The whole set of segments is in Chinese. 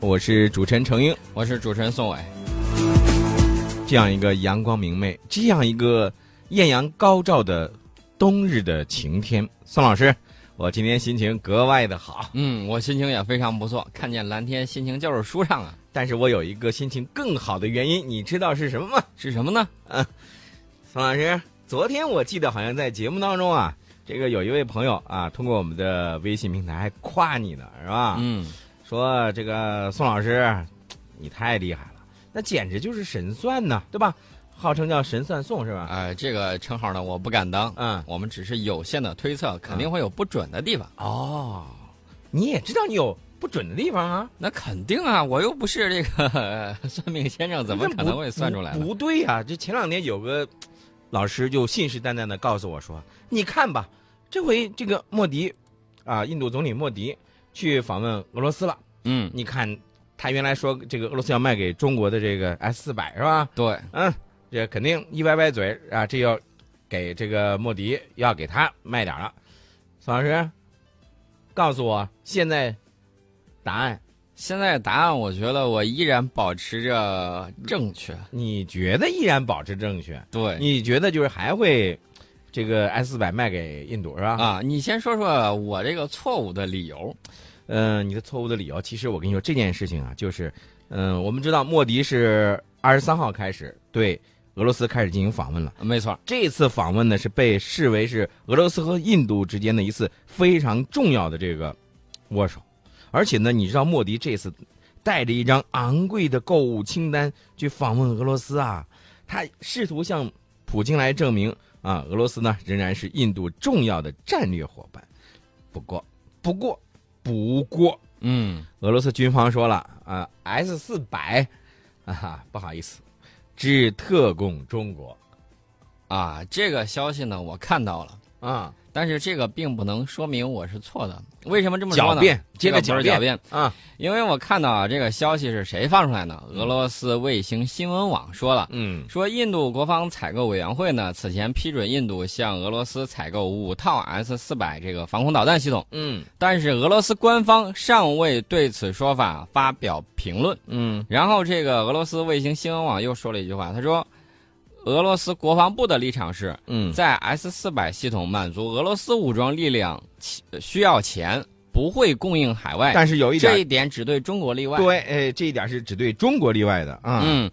我是主持人程英。我是主持人宋伟。这样一个阳光明媚，这样一个艳阳高照的冬日的晴天，宋老师，我今天心情格外的好。嗯，我心情也非常不错，看见蓝天，心情就是舒畅啊。但是我有一个心情更好的原因，你知道是什么吗？ 是什么呢？宋老师，昨天我记得好像在节目当中啊，这个有一位朋友啊，通过我们的微信平台还夸你呢，是吧？嗯，说这个宋老师，你太厉害了，那简直就是神算呐，对吧？号称叫神算宋是吧？呃，这个称号呢，我不敢当。嗯，我们只是有限的推测，肯定会有不准的地方。哦，你也知道你有不准的地方啊？那肯定啊，我又不是这个算命先生，怎么那可不能会算出来不呢？不对呀、这前两天有个老师就信誓旦旦的告诉我说：“你看吧，这回这个莫迪啊，印度总理莫迪去访问俄罗斯了。嗯，你看他原来说这个俄罗斯要卖给中国的这个 S 四百是吧？对，嗯，这肯定一歪歪嘴啊，这要给这个莫迪要给他卖点儿了。宋老师，告诉我现在答案。”现在答案我觉得我依然保持着正确。你觉得依然保持正确？对你觉得就是还会这个 S 四百卖给印度是吧？，啊，你先说说我这个错误的理由。嗯，你的错误的理由，其实我跟你说这件事情啊，就是，嗯、我们知道莫迪是二十三号开始对俄罗斯开始进行访问了。没错，这次访问呢是被视为是俄罗斯和印度之间的一次非常重要的这个握手，而且呢，你知道莫迪这次带着一张昂贵的购物清单去访问俄罗斯啊，他试图向普京来证明啊，俄罗斯呢仍然是印度重要的战略伙伴。不过，不过，不过，嗯，俄罗斯军方说了啊，S 四百啊哈，不好意思，只特供中国啊，这个消息呢，我看到了。啊。但是这个并不能说明我是错的。为什么这么说狡呢？辩，接这个着不是狡狡辩，啊，因为我看到啊，这个消息是谁放出来呢？俄罗斯卫星新闻网说了。嗯说印度国防采购委员会呢，此前批准印度向俄罗斯采购五套 S 四百这个防空导弹系统，嗯但是俄罗斯官方尚未对此说法发表评论。嗯然后这个俄罗斯卫星新闻网又说了一句话，他说，俄罗斯国防部的立场是，嗯，在 S 四百系统满足俄罗斯武装力量其需要前，不会供应海外。但是有一这点一点只对中国例外。对，哎，这一点是只对中国例外的啊。嗯，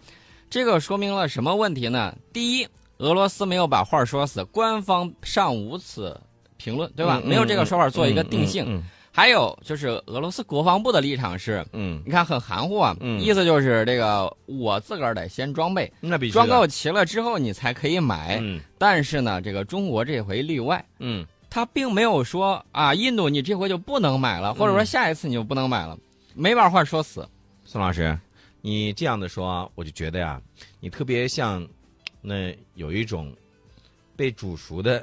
这个说明了什么问题呢？第一，俄罗斯没有把话说死，官方尚无此评论，对吧？嗯没有这个说法做一个定性。嗯还有就是俄罗斯国防部的立场是，嗯，你看很含糊啊，嗯意思就是这个我自个儿得先装备，那必须的装够齐了之后你才可以买。嗯但是呢，这个中国这回例外。嗯他并没有说啊，印度你这回就不能买了，或者嗯说下一次你就不能买了，没把话说死。宋老师，你这样的说，我就觉得呀，你特别像那有一种被煮熟的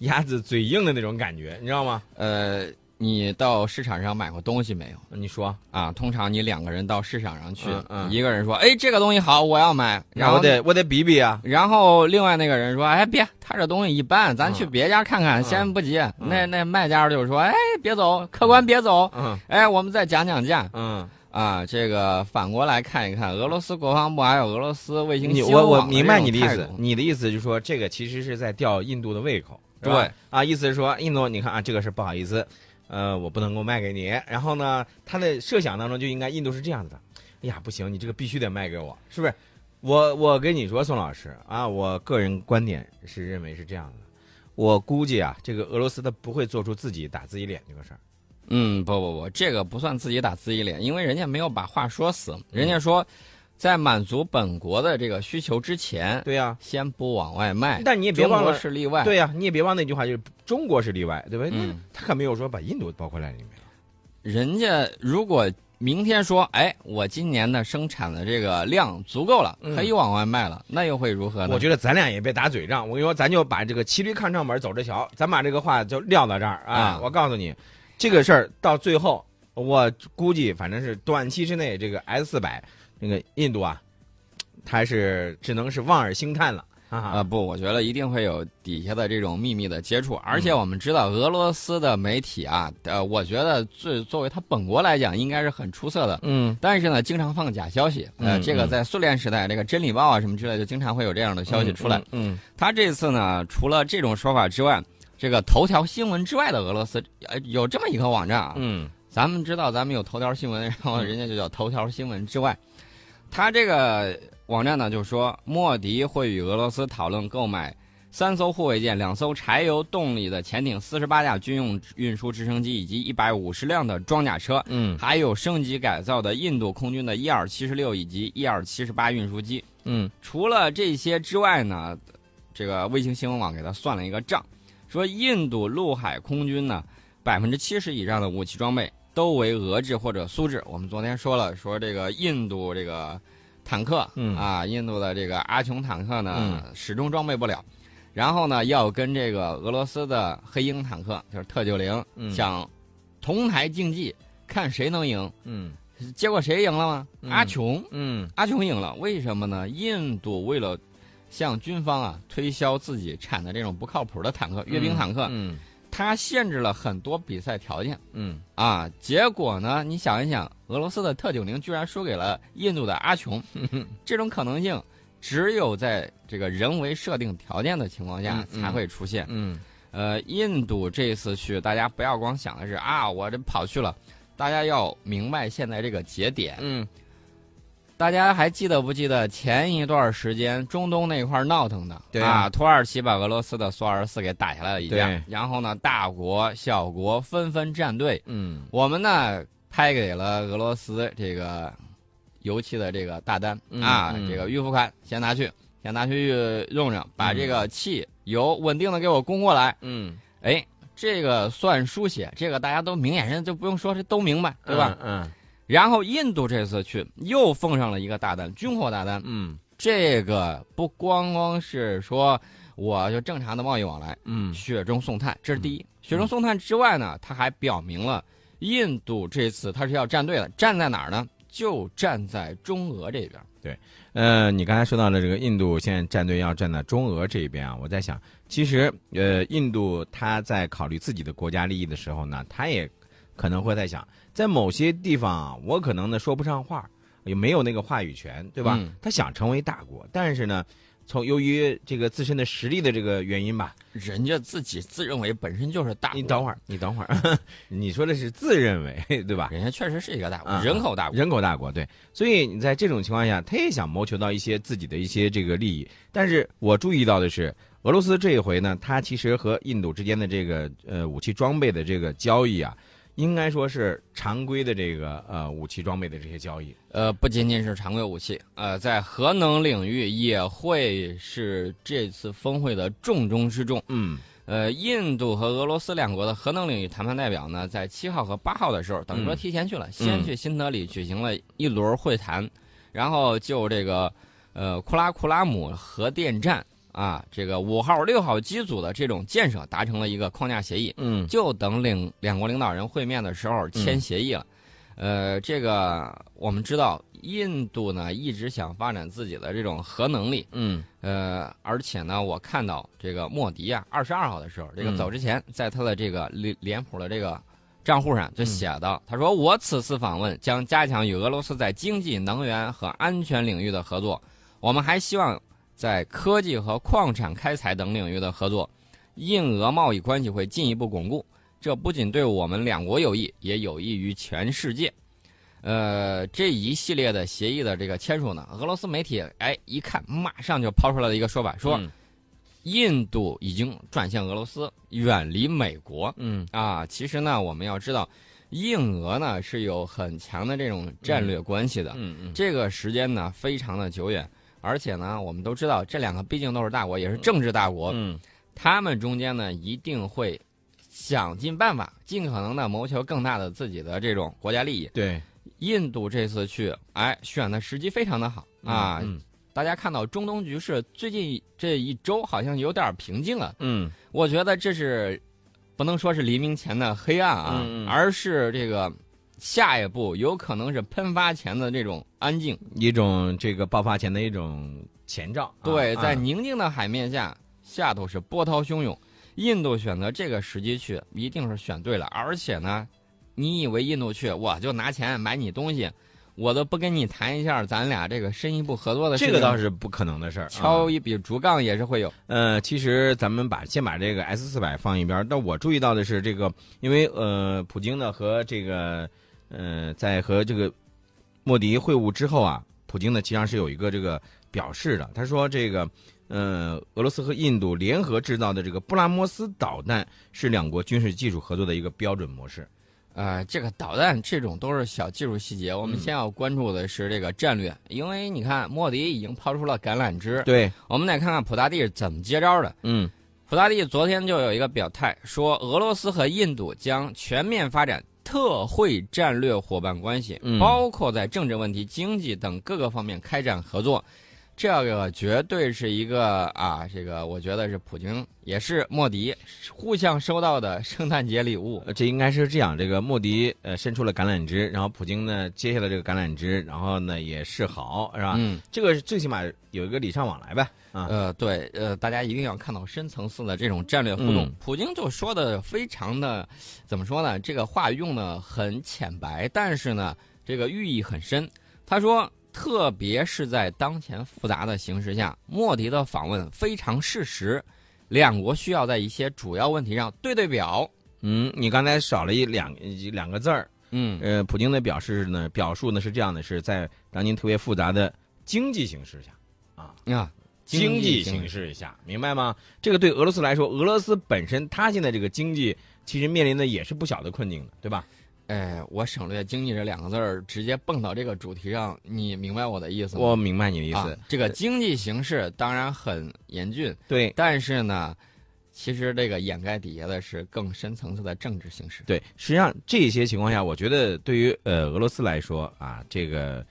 鸭子嘴硬的那种感觉，你知道吗？呃，你到市场上买过东西没有？你说，啊，通常你两个人到市场上去，嗯嗯一个人说，哎，这个东西好，我要买，然那后我得我得比比啊。然后另外那个人说，哎，别，他这东西一般，咱嗯去别家看嗯看，先不急。那那卖家就说，哎，别走，客官别走，嗯哎，我们再讲讲价嗯，啊。这个反过来看一看，俄罗斯国防部还有俄罗斯卫星你新我闻我网明白这你的种意态思度，你的意思就是说这个其实是在吊印度的胃口，是吧对。啊，意思是说印度，你看啊，这个是不好意思，呃，我不能够卖给你。然后呢，他的设想当中就应该印度是这样子的，哎呀，不行，你这个必须得卖给我，是不是？我我跟你说，宋老师啊，我个人观点是认为是这样的，我估计啊，这个俄罗斯他不会做出自己打自己脸这个事儿。嗯，不不不，这个不算自己打自己脸，因为人家没有把话说死，人嗯家说，在满足本国的这个需求之前，对呀、先不往外卖。但你也别哎中忘国了，是例外。对呀、你也别忘那句话，就是中国是例外，对吧？那嗯他可没有说把印度包括在里面。人家如果明天说，哎，我今年的生产的这个量足够了，嗯可以往外卖了，那又会如何呢？我觉得咱俩也别打嘴仗，我跟你说，咱就把这个骑驴看账本走着瞧，咱把这个话就撂到这儿啊！啊我告诉你，这个事儿到最后，我估计反正是短期之内，这个 S 四百那个印度啊，它是只能是望而兴叹了。啊、啊，不，我觉得一定会有底下的这种秘密的接触，而嗯且我们知道俄罗斯的媒体啊，呃，我觉得最作为它本国来讲，应该是很出色的。嗯但是呢，经常放假消息，呃，嗯这个嗯在苏联时代，这个《真理报》啊什么之类，就经常会有这样的消息出来。，嗯他这次呢，除了这种说法之外，这个头条新闻之外的俄罗斯，呃，有这么一个网站啊，嗯咱们知道咱们有头条新闻，然后人家就叫头条新闻之外，他这个网站呢就说，莫迪会与俄罗斯讨论购买三艘护卫舰、两艘柴油动力的潜艇、四十八架军用运输直升机以及一百五十辆的装甲车，嗯还有升级改造的印度空军的伊尔七十六以及伊尔七十八运输机。嗯除了这些之外呢，这个卫星新闻网给他算了一个账，说印度陆海空军呢，百分之七十以上的武器装备都为俄制或者苏制。我们昨天说了，说这个印度这个坦克、嗯啊，印度的这个阿琼坦克呢，始终装备不了。然后呢，要跟这个俄罗斯的黑鹰坦克，就是特九零，嗯想同台竞技，看谁能赢。嗯结果谁赢了吗？嗯阿琼。嗯阿琼赢了，为什么呢？印度为了向军方啊推销自己产的这种不靠谱的坦克——阅兵坦克，嗯它限制了很多比赛条件嗯啊。结果呢，你想一想，俄罗斯的特九零居然输给了印度的阿 琼，这种可能性只有在这个人为设定条件的情况下嗯嗯才会出现。嗯呃，印度这次去，大家不要光想的是啊，我这跑去了，大家要明白现在这个节点。嗯大家还记得不记得前一段时间中东那块儿闹腾的？对啊啊，土耳其把俄罗斯的苏 -24 给打下来了一架对，然后呢，大国小国纷纷站队。嗯我们呢拍给了俄罗斯这个油气的这个大单、嗯啊，嗯这个预付款先拿去，先拿去用着，把这个汽油稳定的给我供过来。嗯，哎，这个算书写，这个大家都明眼人就不用说，这都明白，对吧？？嗯然后印度这次去又奉上了一个大单，军火大单。嗯这个不光光是说我就正常的贸易往来，嗯雪中送炭，这是第一。雪中送炭之外呢，它还表明了印度这次它是要站队的，站在哪儿呢？就站在中俄这边。呃，你刚才说到了这个印度现在战队要站在中俄这一边啊，我在想，其实呃，印度他在考虑自己的国家利益的时候呢，他也可能会在想，在某些地方啊，我可能呢说不上话，也没有那个话语权，对吧？嗯他想成为大国，但是呢，从由于这个自身的实力的这个原因吧，人家自己自认为本身就是大国，你等会儿，你等会儿， 你说的是自认为对吧？人家确实是一个大国，啊人口大国。人口大国，对，所以你在这种情况下，他也想谋求到一些自己的一些这个利益。但是我注意到的是，俄罗斯这一回呢，它其实和印度之间的这个呃武器装备的这个交易啊，应该说是常规的这个呃武器装备的这些交易。啊呃，不仅仅是常规武器，呃，在核能领域也会是这次峰会的重中之重。嗯呃，印度和俄罗斯两国的核能领域谈判代表呢，在七号和八号的时候，等于说嗯提前去了，先嗯去新德里举行了一轮会谈，然后就这个呃库拉库拉姆核电站啊，这个五号、六号机组的这种建设达成了一个框架协议。嗯就等领两国领导人会面的时候签协议了。呃，这个我们知道，印度呢一直想发展自己的这种核能力。嗯呃，而且呢，我看到这个莫迪啊，二十二号的时候，这个嗯走之前，在他的这个脸脸谱的这个账户上就写到，他说：“我此次访问将加强与俄罗斯在经济、能源和安全领域的合作，我们还希望在科技和矿产开采等领域的合作，印俄贸易关系会进一步巩固。这不仅对我们两国有益，也有益于全世界。”呃，这一系列的协议的这个签署呢，俄罗斯媒体哎一看，马上就抛出来了一个说法，说嗯印度已经转向俄罗斯，远离美国嗯啊。其实呢，我们要知道，印俄呢是有很强的这种战略关系的。嗯这个时间呢非常的久远，而且呢，我们都知道这两个毕竟都是大国，也是政治大国，嗯他们中间呢一定会想尽办法，尽可能的谋求更大的自己的这种国家利益。对印度这次去，哎，选的时机非常的好啊！嗯大家看到中东局势最近这一周好像有点平静了，嗯我觉得这是不能说是黎明前的黑暗啊，嗯嗯而是这个下一步有可能是喷发前的这种安静。一种这个爆发前的一种前兆。啊对，啊在宁静的海面下，下头是波涛汹涌。印度选择这个时机去，一定是选对了。而且呢，你以为印度去，我就拿钱买你东西，我都不跟你谈一下咱俩这个深一步合作的事这情。个倒是不可能的事儿。敲啊一笔竹杠也是会有。呃，其实咱们把先把这个 S 四百放一边儿，但我注意到的是这个，因为呃，普京呢和这个呃，在和这个莫迪会晤之后啊，普京呢其实际上是有一个这个表示的，他说这个呃，俄罗斯和印度联合制造的这个布拉莫斯导弹是两国军事技术合作的一个标准模式。呃，这个导弹这种都是小技术细节，嗯我们先要关注的是这个战略，因为你看莫迪已经抛出了橄榄枝，对，我们得看看普大帝是怎么接招的。嗯，普大帝昨天就有一个表态，说俄罗斯和印度将全面发展特惠战略伙伴关系，嗯包括在政治问题、经济等各个方面开展合作。这个绝对是一个啊，这个我觉得是普京也是莫迪互相收到的圣诞节礼物。呃这应该是这样，这个莫迪呃伸出了橄榄枝，然后普京呢接下了这个橄榄枝，然后呢也示好，是吧？嗯，这个是最起码有一个礼尚往来呗。啊，呃，对，呃，大家一定要看到深层次的这种战略互动。嗯普京就说的非常的，怎么说呢？这个话用的很浅白，但是呢，这个寓意很深。他说，特别是在当前复杂的形势下，莫迪的访问非常适时，两国需要在一些主要问题上对对表。嗯，你刚才少了一两一两个字儿。嗯，呃，普京的表示呢，表述呢是这样的，是在当今特别复杂的经济形势下，啊，经济形形势下，明白吗？这个对俄罗斯来说，俄罗斯本身它现在这个经济其实面临的也是不小的困境的，对吧？哎，我省略“经济”这两个字儿，直接蹦到这个主题上，你明白我的意思吗？我明白你的意啊思，，这个经济形势当然很严峻，对。但是呢，其实这个掩盖底下的是更深层次的政治形势。对，实际上这些情况下，我觉得对于呃俄罗斯来说啊，这个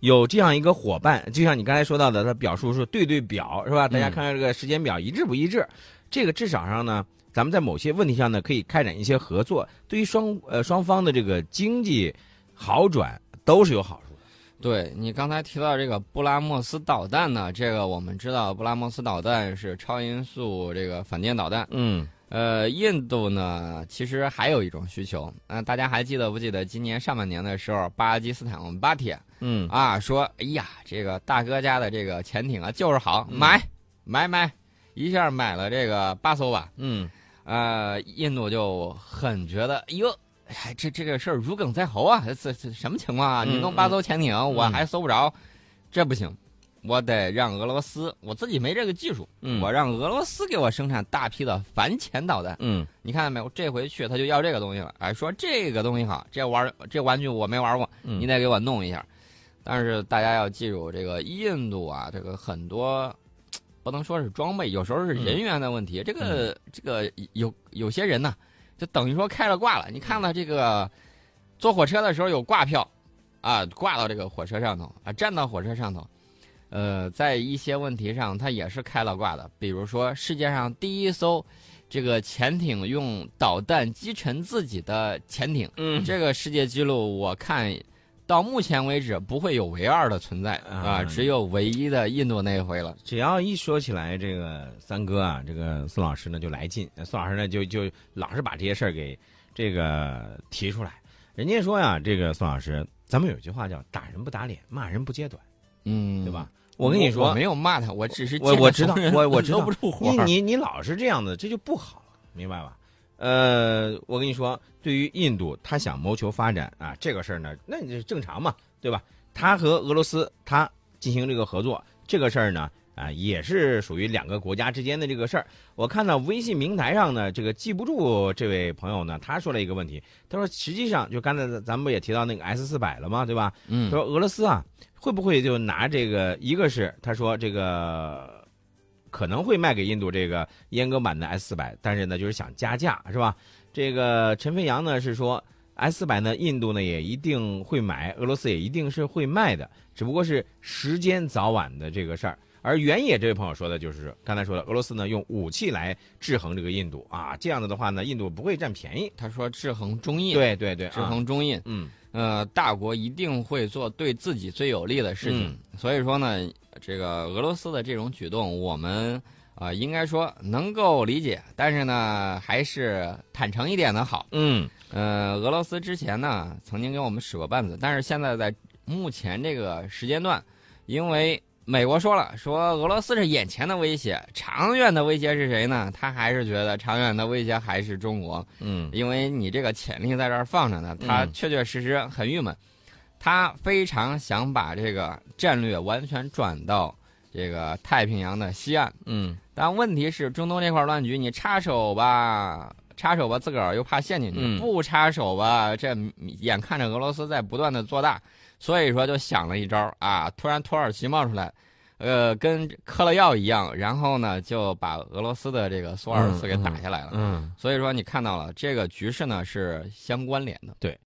有这样一个伙伴，就像你刚才说到的，他表述是对对表是吧？大家嗯看看这个时间表一致不一致，这个至少上呢，咱们在某些问题上呢可以开展一些合作，对于双呃双方的这个经济好转都是有好处的。对你刚才提到这个布拉莫斯导弹呢，这个我们知道，布拉莫斯导弹是超音速这个反舰导弹。嗯，呃，印度呢，其实还有一种需求，嗯、大家还记得不记得今年上半年的时候，巴基斯坦我们巴铁嗯，啊，说，哎呀，这个大哥家的这个潜艇啊，就是好，买买买，一下买了这个八艘吧。嗯，呃，印度就很觉得，哎呦，哎，这这个事儿如鲠在喉啊，这这什么情况啊？嗯你弄八艘潜艇，我嗯还搜不着，这不行，我得让俄罗斯，我自己没这个技术，嗯我让俄罗斯给我生产大批的反潜导弹。嗯，你看到没有？这回去他就要这个东西了，哎，说这个东西好，这玩儿这玩具我没玩过，嗯你得给我弄一下。但是大家要记住，这个印度啊，这个很多不能说是装备，有时候是嗯人员的问题。这个这个有有些人呢、就等于说开了挂了。你看嗯到这个坐火车的时候有挂票啊，挂到这个火车上头啊，站到火车上头。呃，在一些问题上，它也是开了挂的，比如说世界上第一艘这个潜艇用导弹击沉自己的潜艇，嗯，这个世界纪录，我看到目前为止不会有唯二的存在啊啊，只有唯一的印度那一回了。只要一说起来这个三哥啊，这个宋老师呢就来劲，呃宋老师呢就就老是把这些事儿给这个提出来。人家说呀，这个宋老师，咱们有句话叫“打人不打脸，骂人不揭短”，嗯，对吧？？我跟你我说没，有骂他，我只是我见我着知道熟人我我知道搂不住火你。你你老是这样子，这就不好，明白吧？呃，我跟你说，对于印度，他想谋求发展啊，这个事儿呢，那你就正常嘛，对吧？他和俄罗斯他进行这个合作，这个事儿呢，啊，也是属于两个国家之间的这个事儿。我看到微信平台上呢，这个记不住这位朋友呢，他说了一个问题，他说实际上就刚才咱们不也提到那个 S 四百了吗？对吧？嗯他，说俄罗斯啊，会不会就拿这个？一个是他说这个可能会卖给印度这个阉割版的 S 四百，但是呢，就是想加价，是吧？这个陈飞扬呢是说 S 四百呢，印度呢也一定会买，俄罗斯也一定是会卖的，只不过是时间早晚的这个事儿。而原野这位朋友说的就是刚才说的，俄罗斯呢用武器来制衡这个印度啊，这样子的话呢，印度不会占便宜。他说制衡中印，，对对对，制啊，衡中印，嗯呃，大国一定会做对自己最有利的事情。嗯所以说呢，这个俄罗斯的这种举动，我们啊、呃应该说能够理解，但是呢，还是坦诚一点的好。嗯，呃，俄罗斯之前呢曾经给我们使过绊子，但是现在在目前这个时间段，因为美国说了，说俄罗斯是眼前的威胁，长远的威胁是谁呢？他还是觉得长远的威胁还是中国，嗯，因为你这个潜力在这儿放着呢，他嗯确确实实很郁闷，他非常想把这个战略完全转到这个太平洋的西岸。嗯，但问题是，中东这块乱局，你插手吧，插手吧，自个儿又怕陷进去；嗯不插手吧，这眼看着俄罗斯在不断的做大，所以说就想了一招啊，突然土耳其冒出来，呃，跟嗑了药一样，然后呢就把俄罗斯的这个索尔斯给打下来了。嗯，所以说，你看到了这个局势呢是相关联的。对。